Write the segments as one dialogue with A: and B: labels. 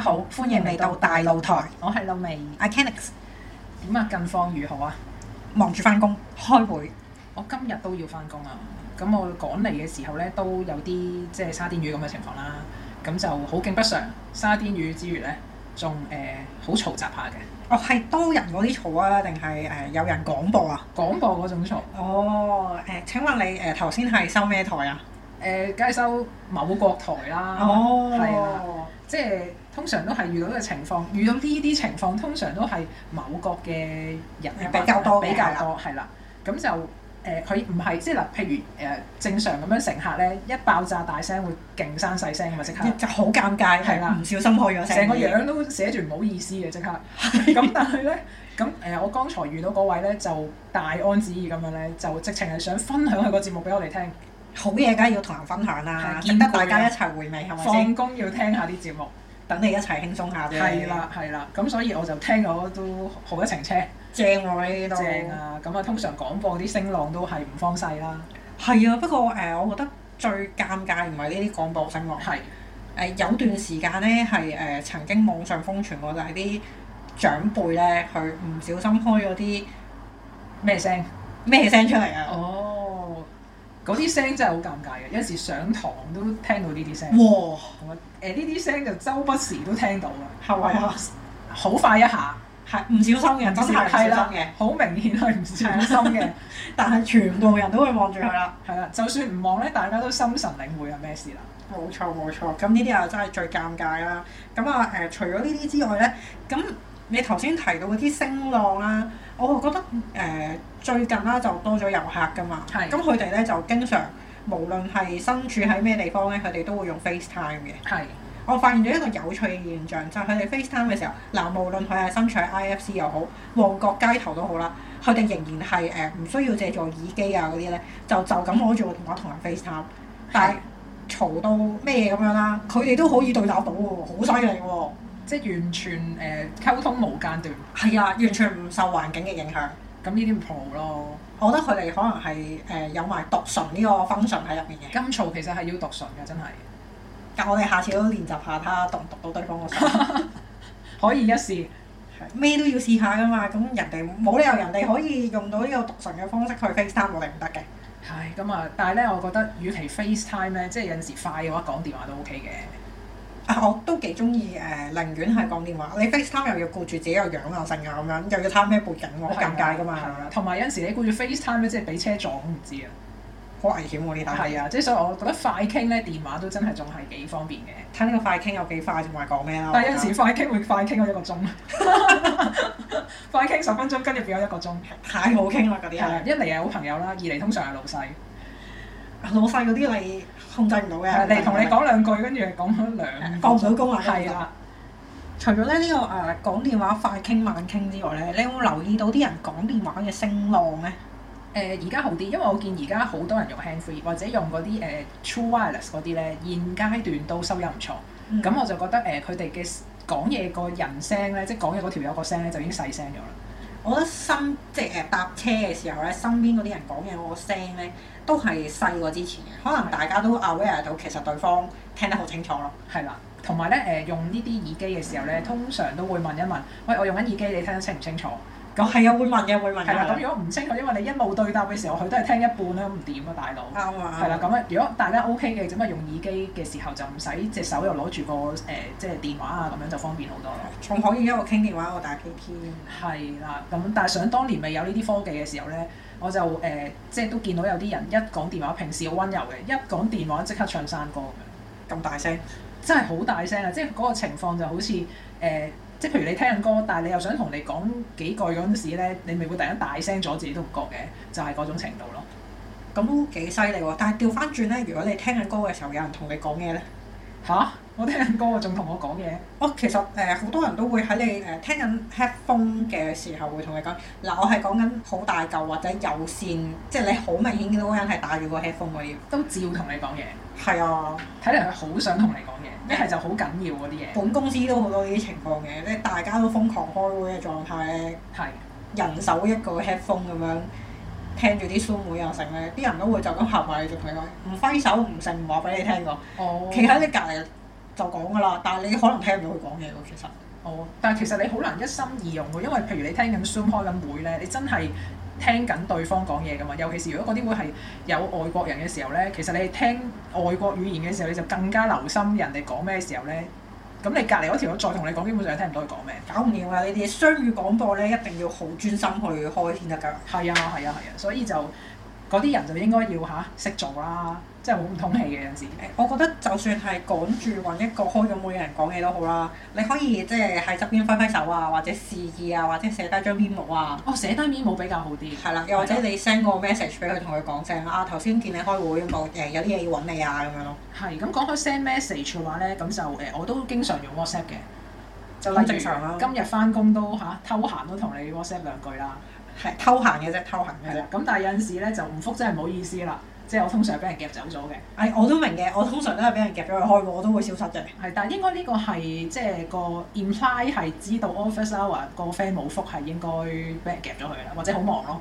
A: 好，歡迎嚟到大露台。
B: 我係老味，
A: I Canix
B: 點啊？近況如何啊？
A: 忙住翻工，開會，
B: 我今日都要翻工啊！咁我趕嚟嘅時候咧，都有啲即係沙甸魚咁嘅情況啦。咁就好景不常，沙甸魚之餘咧，仲誒好嘈雜下嘅
A: 哦係多人嗰啲嘈啊，定係誒有人廣播啊？
B: 廣播嗰種嘈。
A: 哦，誒、請問你誒頭先係收咩台啊？
B: 誒，梗係收某國台啦，
A: 哦
B: 係啦，即係通常都係遇到嘅情況，遇到呢啲情況通常都係某國嘅人啊
A: 誒比較多嘅
B: 比較多係啦。咁就誒，佢唔係即係嗱，譬如誒、正常咁樣乘客咧，一爆炸大聲會勁生細聲㗎嘛，即刻
A: 係啦，就好尷尬，
B: 係啦
A: 唔小心開咗聲，
B: 成個樣都寫住唔好意思嘅即刻。 咁但係咧，咁誒、我剛才遇到嗰位咧就大安旨意咁樣咧，就直情係想分享佢個節目俾我哋聽，
A: 好嘢，梗係要同人分享啦，
B: 係
A: 見得大家一齊回味係咪
B: 啊放
A: 先？
B: 工要聽下啲節目。
A: 等你一齊輕鬆下啫。
B: 係，啦，係啦，咁所以我就聽咗都好一程車，
A: 正喎呢度。
B: 正啊！咁啊，通常廣播啲聲浪都係唔方細啦，
A: 係啊，不過誒、我覺得最尷尬唔係呢啲廣播聲樂，誒、
B: 係
A: 有段時間咧係誒曾經網上瘋傳過，就係啲長輩咧佢唔小心開咗啲
B: 咩聲？
A: 咩聲出嚟啊！
B: 哦，嗰啲聲真係好尷尬嘅，有時上堂都聽到呢啲聲，
A: 哇，
B: 同埋誒呢啲聲就周不時都聽到啊，
A: 係咪啊？
B: 好快一下，
A: 係唔小心嘅，啊真係唔
B: 係
A: 小
B: 啦
A: 心嘅，，
B: 好明顯係唔小心嘅，
A: 但係啊全部人都會望住佢啦。
B: 係啦，就算唔望咧，大家都心神領會係啊咩事啦，
A: 冇錯冇錯，咁呢啲啊真係最尷尬啦。咁啊誒，除咗呢啲之外咧，咁你頭先提到嗰啲聲浪啦，我覺得誒、呃最近啦就多咗遊客噶嘛，
B: 係
A: 咁佢哋咧就經常無論係身處喺咩地方咧，佢哋都會用 FaceTime 嘅。
B: 係
A: 我發現咗一個有趣嘅現象，就係佢哋 FaceTime 嘅時候，嗱，無論佢係身處喺 IFC 又好，旺角街頭都好啦，佢哋仍然係誒唔需要借助耳機啊嗰啲咧，就就咁攞住個電話同人 FaceTime，但係嘈到咩嘢咁樣啦，佢哋都可以對答到喎，好犀利喎！
B: 即係完全誒、溝通無間斷，
A: 係啊，完全唔受環境嘅影響。
B: 咁呢啲唔 pro 咯。
A: 我覺得佢哋可能係誒、有埋讀唇呢個 function 喺入面嘅，
B: 金醋其實係要讀唇嘅，真係
A: 但我哋下次都練習下，睇下讀唔讀到對方個 唇。
B: 可以一試。
A: 咩都要試下噶嘛，咁人哋冇理由人哋可以用到呢個讀唇嘅方式去 FaceTime 我哋唔得嘅。
B: 係咁啊！但係咧，我覺得與其 FaceTime 咧，即係有陣時快嘅話講電話都 OK 嘅。
A: 啊，我都幾中意誒，寧願係講電話，你 FaceTime 又要顧住自己個樣啊、性啊咁樣，又要睇咩背景喎，好尷尬噶嘛，
B: 係啊同埋有陣時你顧住 FaceTime 咧，即係俾車撞都唔知啊。
A: 好危險喎呢單。
B: 係啊，即係所以我覺得快傾咧，電話都真係仲係幾方便嘅。
A: 睇呢個快傾有幾快同埋講咩啦。
B: 但係有陣時快傾會快傾咗一個鐘，快傾十分鐘，跟住變咗一個鐘。
A: 太好傾啦嗰啲
B: 係啊，
A: 係，
B: 一嚟係好朋友啦，二嚟通常係老細。
A: 老細嗰啲你控制唔到嘅。
B: 嚟同你講兩句，跟住講咗兩
A: 放唔到工啊
B: 係啦，
A: 除咗咧呢個誒、啊講電話快傾慢傾之外咧，你有冇留意到啲人講電話嘅聲浪咧？
B: 誒而家好啲，因為我見而家好多人用 hand free 或者用嗰啲誒 True Wireless 嗰啲咧，現階段都收音唔錯。
A: 嗯
B: 咁、我就覺得誒佢哋嘅講嘢個人聲咧，即係講嘢嗰條友個聲咧，就已經細聲咗啦。
A: 我覺得身即係誒搭車嘅時候咧，身邊嗰啲人講嘢嗰個聲咧，都係細過之前嘅。可能大家都 aware 到其實對方聽得好清楚咯。
B: 係啦，同埋咧誒用呢啲耳機嘅時候咧，通常都會問一問，喂，我用緊耳機，你聽得清唔清楚？
A: 咁係啊，會問嘅，會問
B: 係啦，咁
A: 嘅。
B: 如果唔清楚，因為你一路對答嘅時候，佢都係聽一半啦，唔掂啊，大佬。
A: 啱啊，
B: 係啦，咁啊，如果大家 OK 嘅，咁啊用耳機嘅時候就唔使隻手又攞住個誒、即係電話啊，咁樣就方便好多咯。
A: 仲可以一路傾電話，一路打 P P。
B: 係啦，咁但係想當年未有呢啲科技嘅時候咧，我就誒、呃即係都見到有啲人一講電話，平時好温柔嘅，一講電話即刻唱山歌咁
A: 咁大聲，
B: 樣，真係好大聲啊！即係嗰個情況就好似誒、呃即係譬如你聽緊歌，但係你又想同你講幾句嗰陣時咧，你咪會突然間大聲咗，自己都唔覺嘅，就係、嗰種程度咯。
A: 咁都幾犀利喎！但係調翻轉咧，如果你聽緊歌嘅時候，有人同你講嘢咧，
B: 吓、我聽緊歌，仲同我講嘢，
A: 我哦其實誒呃好、多人都會喺你誒、呃聽緊 headphone 嘅時候會同你講，嗱我係講緊好大嚿或者有線，即係你好明顯見到嗰個人係戴住個 headphone 嗰啲。
B: 都照同你講嘢。
A: 係啊。
B: 睇嚟佢好想同你講嘢，一係就好緊要嗰啲嘢，
A: 本公司都好多呢啲情況嘅，即係大家都瘋狂開會嘅狀態咧，
B: 係
A: 人手一個 headphone 咁樣聽住啲孫妹啊成咧，啲人都會就咁合埋你，仲同你講唔揮手唔成，唔話俾你聽過，
B: 哦
A: 企喺你隔離就講㗎啦，但係你可能聽唔到佢講嘢喎，其實。
B: 哦，但係其實你好難一心二用喎，因為譬如你聽緊 Zoom 開緊會咧，你真係聽緊對方講嘢噶嘛。尤其是如果嗰啲會係有外國人嘅時候咧，其實你係聽外國語言嘅時候，你就更加留心人哋講咩時候咧。咁你隔離嗰條友再同你講， 基本上你聽唔到佢講咩。
A: 搞唔掂啊！你哋雙語廣播咧，一定要好專心去開先得㗎。
B: 係啊，係啊，係啊，所以就嗰啲人就應該要吓識做啦，即係好唔通氣嘅有陣時。
A: 誒我覺得就算係趕住揾一個開咗會嘅人講嘢都好啦，你可以即係喺側邊揮揮手啊，或者示意啊，或者寫低張 memo 啊，
B: 哦，寫低面冇比較好啲。
A: 係啦，又
B: 啊
A: 或者你 send 個 message 俾佢，同佢講聲啊，頭先見你開會，我誒有啲嘢要揾你啊咁樣咯，
B: 係咁講開 send message 嘅話咧，咁就誒、呃我都經常用 WhatsApp 嘅，就例
A: 好
B: 如
A: 正常啦
B: 啊今日翻工都吓、偷閒都同你 WhatsApp 兩句啦，
A: 係偷閒嘅啫，偷閒嘅
B: 係
A: 啫
B: 啦。。咁但係有陣時咧就唔覆真係唔好意思啦，即係我通常係俾人夾走咗嘅。
A: 誒、哎我都明嘅，我通常都係俾人夾咗去開會，我都會消失嘅。
B: 係，但係應該呢個係即係個 imply 係知道 office hour 個 friend 冇覆係應該俾人夾咗佢啦，或者好忙咯。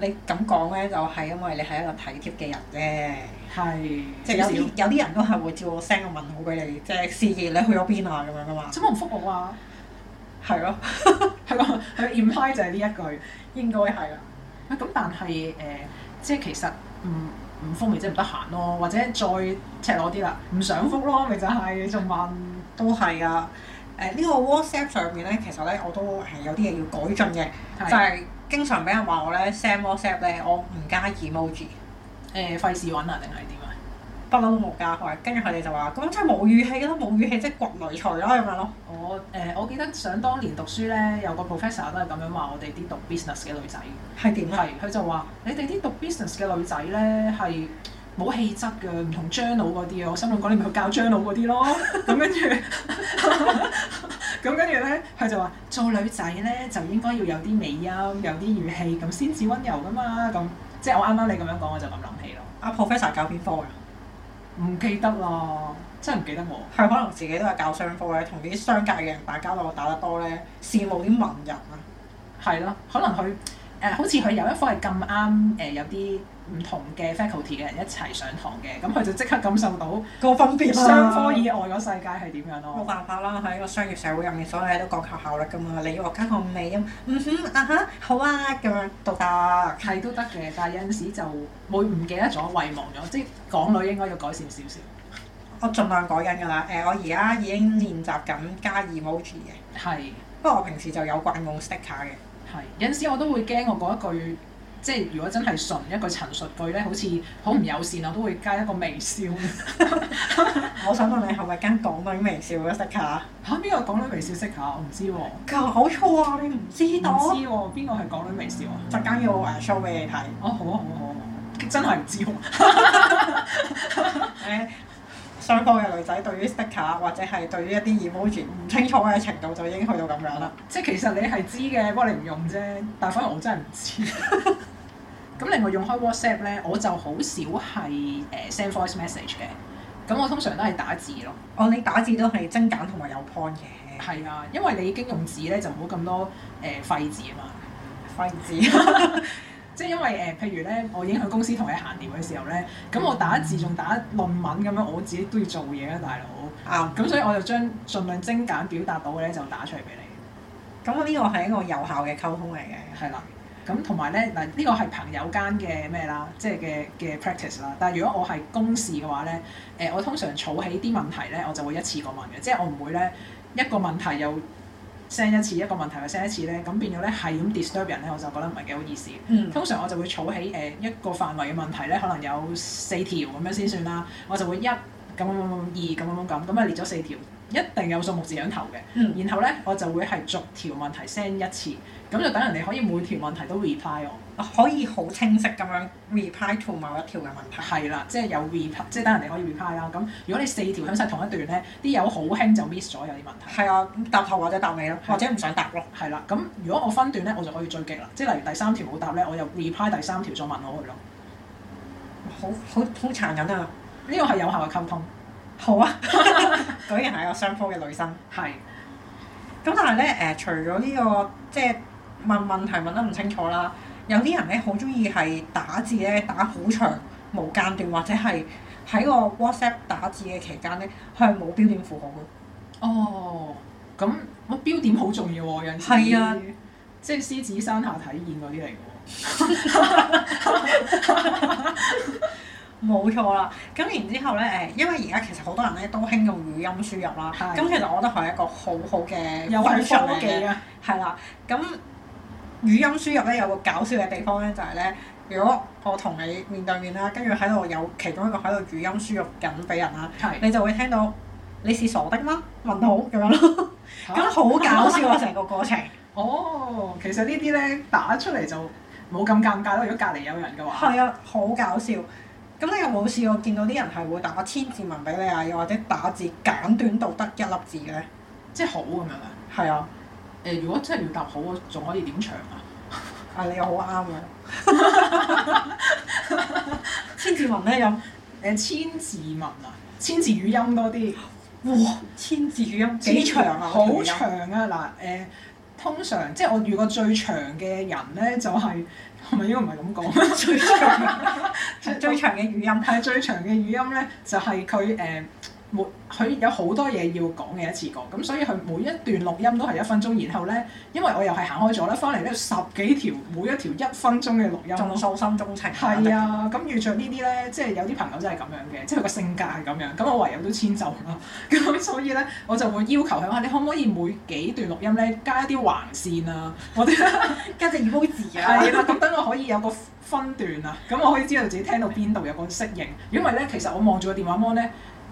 A: 你咁講咧，就係因為你係一個體貼嘅人啫。
B: 係，
A: 即係有啲有啲人都係會照我 send 個問號俾你，即係示意你去咗邊啊咁樣噶嘛。
B: 做乜唔覆我啊？
A: 係咯，
B: 係咯，佢 imply 就係呢一句，應該係啦。啊咁但係誒、呃即係其實唔唔覆咪即係唔得閒咯，或者再赤裸啲啦，唔想覆咯，咪就係、仲問。
A: 都係啊。誒、呢、個 WhatsApp 上面咧，其實咧我都係有啲嘢要改進嘅，就
B: 係
A: 係經常俾人話我咧 send WhatsApp 咧，我唔加 emoji，
B: 誒費事揾啊，定係點啊？
A: 不嬲都冇加開。跟住佢哋就話：咁即係冇語氣啦，冇語氣即係掘雷除啦咁樣咯。
B: 我誒、呃我記得想當年讀書咧，有個 professor 都係咁樣話我哋啲讀 business 嘅女仔，
A: 係點啊？
B: 係佢就話你哋啲讀 business 嘅女仔咧係冇氣質嘅，唔同 journal 嗰啲啊。我心諗講你咪去教 journal 嗰啲咯，咁跟住咁跟住咧，佢就話做女仔咧就應該要有啲美音，有啲語氣咁先至温柔噶嘛。咁即係我啱啱你咁樣講，我就咁諗起咯。
A: 阿 professor 教邊科啊㗎？
B: 唔記得啦，真係唔記得我。
A: 佢可能自己都係教商科咧，同啲商界嘅人打交道打得多咧，羨慕啲文人啊。
B: 係咯，可能佢誒、呃好似佢有一科係咁啱誒有啲唔同嘅 faculty 嘅人一齊上堂嘅，咁佢就即刻感受到
A: 個分別啊啦
B: 商科以外個世界係點樣
A: 冇
B: 咯。
A: 辦法啦，喺一個商業社會入面，所有嘢都講求效率噶嘛。你要我加個尾音，嗯哼啊哈，好啊咁樣都得。
B: 係都得嘅，但係有陣時就會唔記得咗、遺忘咗，即係港女應該要改善少少。
A: 我盡量改緊㗎啦。誒、我而家已經練習緊加 emoji 嘅，
B: 係
A: 不過我平時就有慣用 sticker 嘅。
B: 係，有陣時我都會驚我嗰一句，即係如果真係純一句陳述句咧，好似好唔友善，我都會加一個微笑。
A: 我想問你係咪間港女微笑嘅 sticker？啊
B: 嚇邊個港女微笑識下？我唔知喎，唔
A: 搞錯啊！你唔知道？
B: 知喎，邊個係港女微笑啊？
A: 陣間要我誒 show 俾你睇。
B: 哦，好啊，好啊，好啊，真係唔知喎。
A: 誒、雙方嘅女仔對於 sticker 或者係對於一啲 emoji 唔清楚嘅程度就已經去到咁樣啦。
B: 即係其實你係知嘅，不過你唔用啫。但係反而我真係唔知。咁另外用開 WhatsApp 咧，我就好少係誒 send voice message 嘅。咁我通常都係打字咯。
A: 哦，你打字都係精簡同埋有 point 嘅。
B: 係啊，因為你已經用字咧，就唔好咁多誒廢字啊嘛。
A: 廢字，
B: 即係因為誒、呃譬如咧，我已經喺公司同你閒聊嘅時候咧，咁我打字仲打論文咁樣，我自己都要做嘢啊，大佬。
A: 啱。
B: 咁所以我就將盡量精簡表達到咧，就打出嚟俾你。
A: 咁呢個係一個有效嘅溝通嚟嘅。
B: 係啦。咁同埋咧，嗱呢個係朋友間嘅咩啦，即係嘅嘅 practice 啦。但係如果我係公事嘅話咧，誒、我通常儲起啲問題咧，我就會一次過問嘅，即係我唔會咧一個問題又 send 一次，一個問題又 send 一次咧，咁變咗咧係咁 disturb 人咧，我就覺得唔係幾好意思。
A: 嗯，
B: 通常我就會儲起誒、一個範圍嘅問題咧，可能有四條咁樣先算啦，我就會一咁咁咁咁二咁咁咁咁咁啊列咗四條，一定有數目字樣頭嘅。
A: 嗯，
B: 然後咧，我就會係逐條問題 send 一次，咁就等人哋可以每條問題都 reply 我。
A: 可以好清晰咁樣 reply to 某一條嘅問題。
B: 係啦，即係有 reply，即係等人哋可以 reply 啦。咁如果你四條響晒同一段咧，啲友好興就 miss 咗有啲問題。
A: 係啊，答頭或者答尾咯，或者唔想答咯。
B: 係啦，咁如果我分段咧，我就可以追擊啦。即係例如第三條冇答咧，我又 reply 第三條再問我佢咯。
A: 好好好殘忍啊！
B: 呢個係有效嘅溝通。
A: 好 啊，果然係一個雙科嘅女生。
B: 係
A: 咁但係咧，誒、除咗呢、個即係問問題問得唔清楚啦，有啲人咧好中意係打字咧打好長無間斷，或者係喺個 WhatsApp 打字嘅期間咧，佢係冇標點符號嘅。
B: 哦，咁乜標點好重要喎，有陣時
A: 係啊，
B: 即係獅子山下體驗嗰啲嚟嘅喎。
A: 冇錯啦，咁然之後咧誒，因為而家其實好多人咧都興用語音輸入啦，
B: 係
A: 咁其實我覺得佢係一個好好嘅
B: 又係
A: function
B: 科
A: 嚟嘅
B: 技啊！
A: 係啦，咁語音輸入咧有個搞笑嘅地方咧，就係咧，如果我同你面對面啦，跟住喺度有其中一個喺度語音輸入緊俾人啦，
B: 係
A: 你就會聽到你是傻的嗎？問號咁樣咯，咁
B: 嚇
A: 好搞笑啊！成個過程
B: 哦，其實呢啲咧打出嚟就冇咁尷尬咯。如果隔離有人嘅話，
A: 係啊，好搞笑。咁你有冇試過見到啲人係會打千字文俾你啊？又或者打字簡短到得一粒字嘅咧？
B: 即係好咁樣啊。
A: 係啊，
B: 誒，如果真係要答好，我仲可以點長啊？
A: 啊你又好啱啊！ 千字文咧有
B: 誒，千字文啊，千字語音多啲。
A: 哇，千字語音幾長啊？
B: 好
A: 嗰條語音
B: 長啊！嗱誒、通常即係我遇過最長嘅人咧，就係 係咪應該唔係咁講？
A: 最長最長嘅語音，
B: 係最長嘅語音咧，就係佢誒每佢有好多嘢要講嘅一次過，咁所以佢每一段錄音都係一分鐘，然後咧，因為我又係行開咗啦，翻嚟咧十幾條，每一條一分鐘嘅錄音
A: 仲
B: 咯。
A: 訴心中情。
B: 係，啊，咁遇着呢啲咧，即係有啲朋友真係咁樣嘅，即係佢個性格係咁樣，咁我唯有都遷就啦。 咁所以咧，我就會要求佢話：你可唔可以每幾段錄音咧加一啲橫線啊？我哋
A: 加隻 emoji 啊！
B: 係啦，咁等我可以有個分段啊，咁我可以知道自己聽到邊度有個適應。如果唔係咧，其實我望住個電話 mon 咧，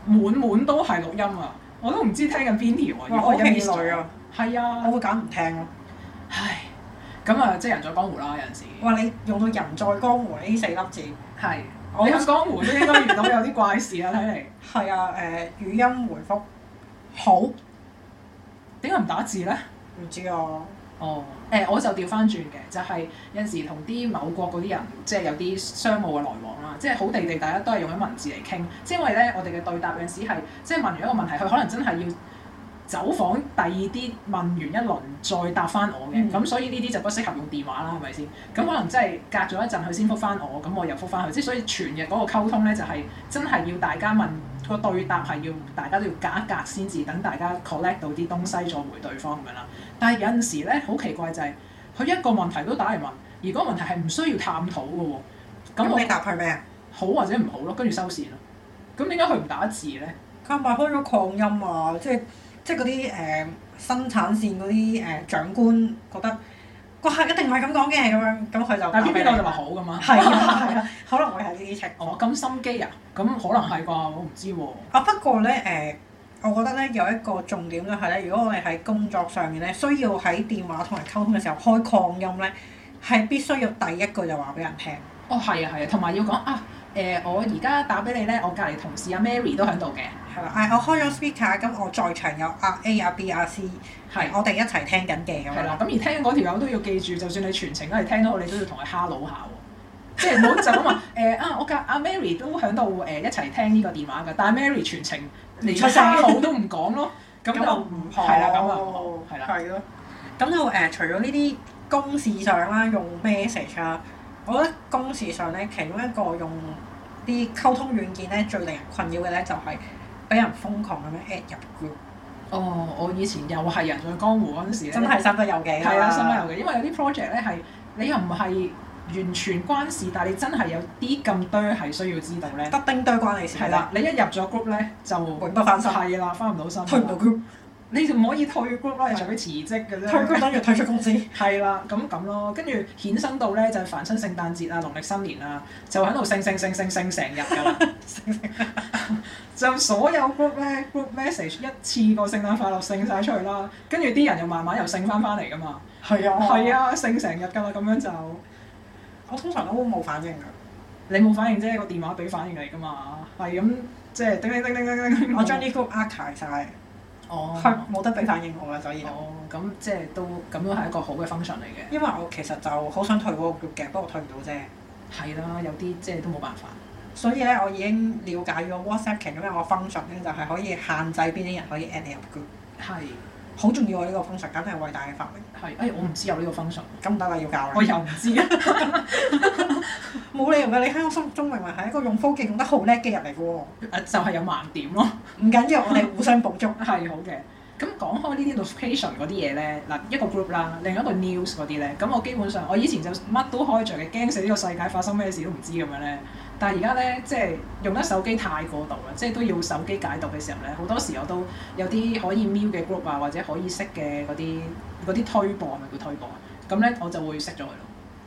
B: 滿滿都係錄音啊，我都唔知聽緊邊條啊。如
A: 哇
B: 果我
A: 哦好
B: 一
A: 氣
B: miss
A: 餒
B: 咗
A: 啊！
B: 係
A: 我
B: 啊，
A: 會揀唔聽咯。
B: 唉，咁啊，即係人在江湖啦，有陣時
A: 哇！你用到人在江湖呢四粒字，
B: 係。
A: 哦
B: 啊
A: 我
B: 你喺江湖都應該遇到有啲怪事啊，睇嚟。
A: 係啊誒語音回覆好唔
B: 點解唔打字咧？
A: 知啊，
B: 哦，誒、我就調翻轉嘅，就係、有陣時同啲某國嗰啲人，即係有啲商務嘅來往啦，即係好地地，大家都係用緊文字嚟傾，即係因為咧，我哋嘅對答有陣時係即係問完一個問題，佢可能真係要走訪第二啲問完一輪再答翻我嘅，
A: 嗯
B: 咁、所以呢啲就不適合用電話啦，係咪先？咁可能真係隔咗一陣佢先覆翻我，咁我又覆翻佢，即係所以全日嗰個溝通咧就係、真係要大家問個對答係要大家都要隔一隔先至，等大家 collect 到啲東西再回對方咁樣啦。但係有陣時咧，好奇怪就係、佢一個問題都打嚟問，而嗰個問題係唔需要探討嘅喎。咁
A: 咁
B: 我
A: 你答佢咩啊？
B: 好或者唔好咯，跟住收線咯。咁點解佢唔打字咧？
A: 佢係咪開咗擴音啊？即係即係嗰啲誒生產線嗰啲誒長官覺得個客一定唔係咁講嘅咁樣，咁佢
B: 但
A: 就
B: 係
A: 打
B: 偏
A: 俾
B: 偏
A: 你
B: 我就話好噶嘛。
A: 係啊係啊，可能會係呢啲情況。
B: 啊哦，咁心機啊？咁可能係啩？我唔知喎。
A: 啊，不過咧誒，我覺得咧有一個重點咧係咧，如果我哋喺工作上面咧，需要喺電話同人溝通嘅時候開擴音咧，係必須要第一句就話俾人聽。
B: 哦，係啊，係啊，同埋要講啊，誒、我而家打俾你咧，我隔離同事阿 Mary 都喺度嘅，
A: 係啦，哎唉，我開咗 speaker，咁我在場有啊 A 啊 B 啊 C，
B: 係。
A: 我哋一齊聽緊嘅
B: 係
A: 咁樣
B: 啦
A: 啦，。
B: 咁而聽嗰條友都要記住，就算你全程都係聽到，你都要同佢 hello 下喎。即係唔好就咁 話誒啊！我隔阿 Mary 都喺度誒一齊聽呢個電話㗎，但係 Mary 全程連
A: 唔出聲
B: hello 都唔講咯，咁就
A: 唔
B: 係啦，咁啊唔好係啦，
A: 係咯。咁就誒，除咗呢啲公事上啦，用 message 啊，我覺得公事上咧，其中一個用啲溝通軟件咧，最令人困擾嘅咧，就係俾人瘋狂咁樣 at 入 group。
B: 哦，我以前又係人在江湖嗰陣時咧，
A: 真係身不由己啦。
B: 係啊，深有嘅，因為有啲 project 咧係你又唔係完全關事，但係你真係有啲咁多係需要知道咧，
A: 得丁堆關你事。
B: 係啦，，你一入咗 group 咧就
A: 永不翻身，
B: 係啦，翻唔到身啦，
A: 退唔到 group，
B: 你就唔可以退 group 啦，你除非辭職嘅
A: 退
B: 啫。
A: group 等於退出公司。
B: 係啦，咁咁咯，跟住衍生到咧就係凡親聖誕節啊、農曆新年啊，就喺度聖聖聖聖聖成日㗎啦， 就所有 group 咧 group message 一次過聖誕快樂聖晒出去啦，跟住啲人又慢慢又聖翻翻嚟㗎嘛，
A: 係啊
B: 係，啊，聖成日㗎啦，咁樣就
A: 我通常都冇反應㗎。
B: 你冇反應啫，個電話俾反應嚟㗎嘛，係咁即係叮叮叮叮叮叮叮，
A: 我將啲 group archive 晒，
B: 嗯哦
A: 佢冇得俾反應我啊啦，所以就
B: 哦，咁即係都咁樣係一個好嘅 function 嚟嘅，
A: 因為我其實就好想退嗰個 group 嘅，不過退唔到啫。
B: 係啦，有啲即係都冇辦法。
A: 所以咧，我已經了解咗 WhatsApp 其中一個 function 咧，就係可以限制邊啲人可以 add 你入 group。
B: 係
A: 好重要啊！呢個 function 簡直係偉大嘅發明。
B: 係，哎，我唔知有呢個 function。
A: 咁唔得啦，要教啦。
B: 我又唔知，
A: 冇理由嘅，你喺我心目中明明係一個用科技用得好叻嘅人嚟嘅喎。
B: 誒啊就係有盲點咯，
A: 唔緊要，我哋互相 補足。
B: 係好嘅。咁講開呢啲 notification 嗰啲嘢咧，嗱一個 group 啦，另一個 news 嗰啲咧，咁我基本上我以前就乜都開着嘅，驚死呢個世界發生咩事都唔知咁樣咧。但係而家咧，即係用得手機太過度啦，即係都要手機解讀嘅時候咧，好多時我都有啲可以 mute 嘅 group 啊，或者可以熄嘅嗰啲嗰啲推播係咪叫推播啊？咁咧我就會熄咗佢咯。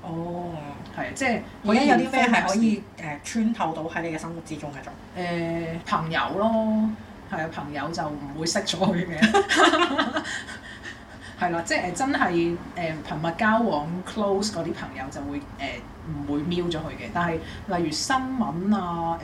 A: 哦，
B: 係啊，即係
A: 而家有啲咩係可以誒穿透到喺你嘅生活之中嘅仲？
B: 誒、朋友咯，係啊，朋友就唔會識咗佢嘅， 係啦，即係誒真係誒、頻密交往 close 嗰啲朋友就會誒唔、會瞄咗佢嘅，但係例如新聞啊誒、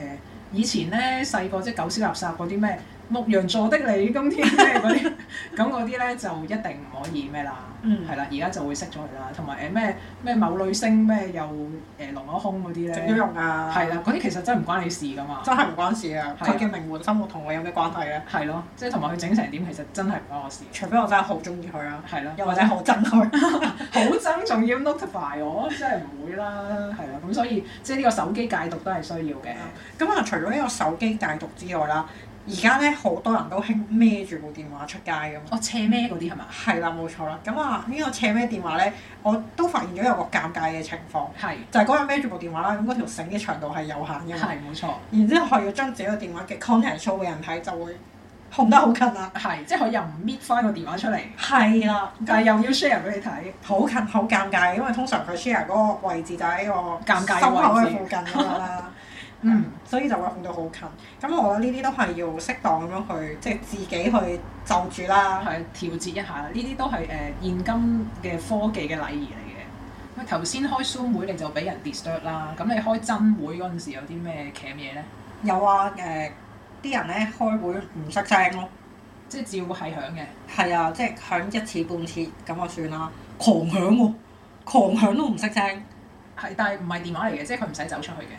B: 以前咧細個即係狗屎垃圾啊嗰啲咩牧羊座的你，今天咩嗰啲，咁嗰啲咧就一定唔可以咩啦。
A: 嗯
B: 係啦，而家就會識咗佢啦，同埋誒咩咩某女星咩又誒龍我空嗰啲
A: 整咗
B: 咧，
A: 用啊，
B: 係啦，嗰啲其實真係唔關你事噶嘛。
A: 真係唔關事啊！
B: 係啊
A: 佢嘅名媛生活同我有咩關係咧？
B: 係咯，即係同埋佢整成點，其實真係唔關我事。
A: 除非我真係好中意佢啊，
B: 係咯，
A: 又或者好憎佢。
B: 好憎，仲要 notify 我，真係唔會啦，係啦。咁所以即係呢個手機戒毒都係需要嘅。
A: 咁啊，除咗呢個手機戒毒之外啦，而家咧好多人都興孭住部電話出街噶嘛。
B: 哦，斜咩嗰啲係嘛？
A: 係啦，冇錯啦。咁啊，呢個斜孭電話咧，我都發現咗有個尷尬嘅情況，
B: 係
A: 就係嗰人孭住部電話啦，咁嗰條繩嘅長度係有限嘅嘛。
B: 係冇錯，
A: 然之後佢要將自己嘅電話嘅 contact show 俾人睇，就會紅得好近啦。
B: 係即係佢又唔搣翻個電話出嚟，
A: 係啦，
B: 但係又要 share 俾你睇。
A: 好近好尷尬，因為通常佢 share 嗰個位置就喺個
B: 尷尬
A: 心口
B: 嘅位
A: 嘅
B: 置
A: 附近咁樣 啦。
B: 嗯，
A: 所以就會控到好近。咁我覺得呢啲都係要適當咁樣去，即係自己去就住啦。
B: 係調節一下啦。呢啲都係誒呃現今嘅科技嘅禮儀嚟嘅。咁啊頭先開 Zoom 會你就俾人 disturb 啦，咁你開真會嗰陣時有啲咩鉗嘢咧？
A: 有啊，誒、啲人咧開會唔識聲咯。
B: 即係照係響嘅。
A: 係啊，即係響一次半次咁就算啦，狂響喎、狂響都唔識聲。
B: 係，但係唔係電話嚟嘅，即係佢唔使走出去嘅，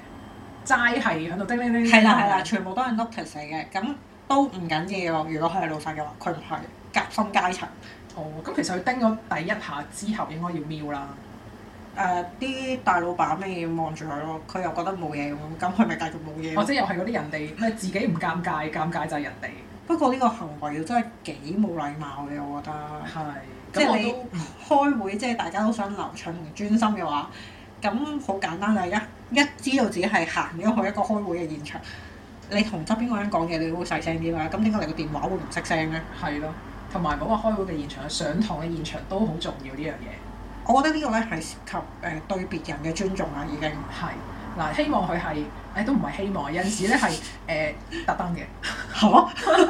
B: 齋係喺度叮叮叮。
A: 係啦係啦，，全部都係 notice 嚟嘅，咁都唔緊要。如果佢係老細嘅話，佢唔係夾心階層。
B: 哦，咁其實佢叮咗第一下之後應該要瞄啦。
A: 誒、啲大老闆咪望住佢咯，佢又覺得冇嘢咁，咁佢咪繼續冇嘢
B: 或
A: 咯。
B: 者又係嗰啲人哋咩自己唔尷尬，尷尬就係人哋。
A: 不過呢個行為真係幾冇禮貌嘅，我覺得。
B: 係。
A: 即
B: 咁
A: 係
B: 我
A: 你嗯
B: 都
A: 開會，即係大家都想流暢同專心嘅話，咁好簡單啦！一一知道自己係行咗去一個開會嘅現場，你同側邊嗰個人講嘢，你會細聲啲啦。咁點解你個電話會唔識聲咧？
B: 係咯，同埋冇話開會嘅現場，上堂嘅現場都好重要呢樣嘢。
A: 我覺得呢個咧係涉及誒、呃、對別人嘅尊重啦，已經。
B: 係。嗱，希望佢係，誒都唔係希望，有陣時咧係誒特登嘅。
A: 嚇？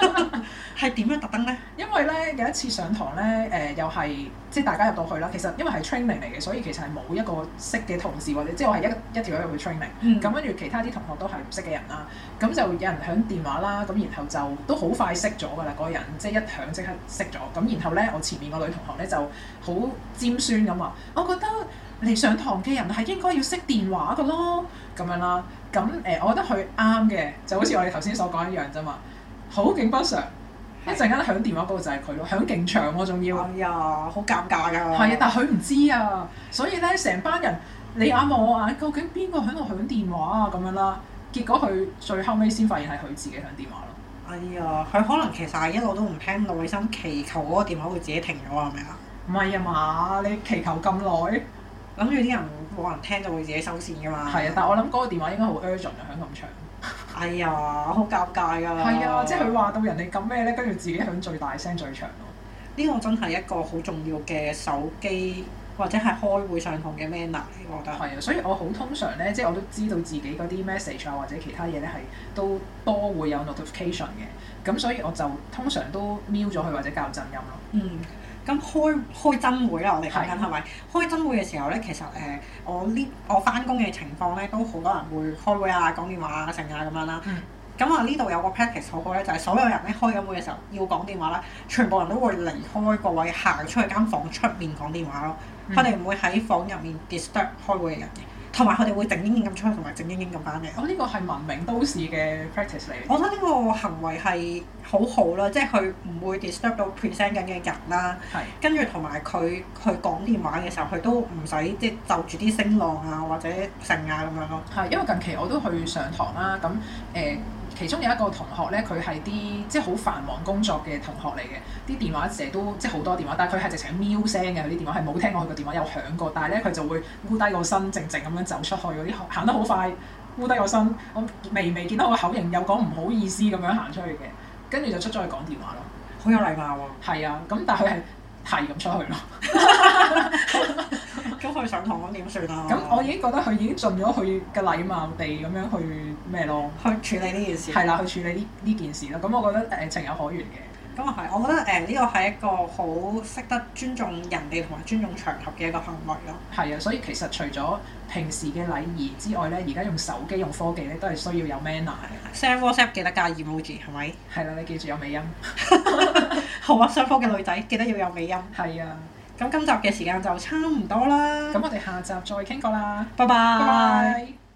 A: 係點樣特登咧？
B: 因為咧有一次上堂咧，誒、又係即係大家入到去啦。其實因為係 training 嚟嘅，所以其實係冇一個識嘅同事或者即係我係一一條友入去 training。
A: 嗯
B: 咁跟住其他啲同學都係唔識嘅人啦，咁就有人響電話啦，咁然後就都好快識咗㗎啦，嗰個人即係一響即刻識咗，咁然後咧我前面個女同學咧就好尖酸咁話，我覺得嚟上堂嘅人係應該要識電話㗎咯，咁樣啦，咁誒、我覺得佢啱嘅，就好似我哋頭先所講一樣啫嘛，好景不常，一陣間響電話嗰個就係佢咯，響勁長喎仲要。
A: 哎呀，好尷尬㗎。
B: 係啊，但係佢唔知啊，所以咧成班人你眼望我啊眼，究竟邊個喺度響電話啊咁樣啦？結果佢最後尾先發現係佢自己響電話咯。
A: 哎呀，佢可能其實係一路都唔聽內心祈求嗰個電話會自己停咗，係咪啊？
B: 唔係啊嘛，你祈求咁耐，
A: 諗住啲人冇人聽就會自己收線㗎嘛。
B: 係啊，但係我諗嗰個電話應該好 urgent 啊，響咁長。
A: 哎呀，好尷尬㗎！
B: 係啊，即係佢話到人哋咁咩咧，跟住自己響最大聲最長咯。
A: 呢個真係一個好重要嘅手機或者係開會上堂嘅 manner 嚟，我覺得。
B: 係啊，所以我好通常咧，即係我都知道自己嗰啲 message 啊或者其他嘢咧係都多會有 notification 嘅，咁所以我就通常都瞄咗佢或者校震音咯。
A: 嗯，咁開開真會啦，我哋講緊
B: 係
A: 係咪？開真會嘅時候咧，其實誒、呃我呢我翻工嘅情況咧，都好多人會開會啊、講電話啊、成啊咁樣啦
B: 嗯。
A: 咁啊，呢度有個 practice 好好咧，就係、所有人咧開緊會嘅時候要講電話啦，全部人都會離開個位，行出去間房出面講電話咯。
B: 嗯
A: 佢哋唔會喺房入面 disturb 開會嘅人嘅。同埋佢哋會靜英英咁出去，同埋靜英英咁翻嚟。
B: 我哦呢個係文明都市嘅 practice 嚟。
A: 我覺得呢個行為係好好啦，即係佢唔會 disturb 到 present 緊嘅人啦。
B: 係
A: 跟住同埋佢佢講電話嘅時候，佢都唔使即係就住啲聲浪啊或者剩啊咁樣咯。
B: 係，因為近期我都去上堂啦，咁誒、呃其中有一個同學咧，佢係啲即係好繁忙工作嘅同學嚟嘅，啲電話成日都即係好多電話，但係佢係直情喵聲嘅，佢啲電話係冇聽過佢個電話有響過，但係咧佢就會烏低個身，靜靜咁樣走出去嗰啲，行得好快，烏低個身，我微微見到個口型，又講唔好意思咁樣行出去嘅，跟住就出咗去講電話咯，
A: 好有禮貌 喎、
B: 係啊，咁但係佢係係咁出去咯。
A: 咁佢上堂咁點算啊？
B: 咁我已經覺得佢已經盡咗佢嘅禮貌地咁樣去咩咯，
A: 去處理呢件事。
B: 係啦，去處理呢呢件事咯。咁我覺得誒、呃情有可原嘅，
A: 咁啊係，我覺得誒呢個係一個好識得尊重人哋同埋尊重場合嘅一個行為咯。
B: 係啊。所以其實除咗平時嘅禮儀之外咧，而家用手機用科技咧都係需要有 manner 嘅。
A: send WhatsApp 記得加 emoji 係咪？
B: 係啦，你記住有美音。
A: 好啊，雙方嘅女仔記得要有美音。
B: 係啊，
A: 咁今集嘅時間就差唔多啦。
B: 咁我哋下集再傾過啦，
A: 拜
B: 拜
A: 拜。
B: 拜。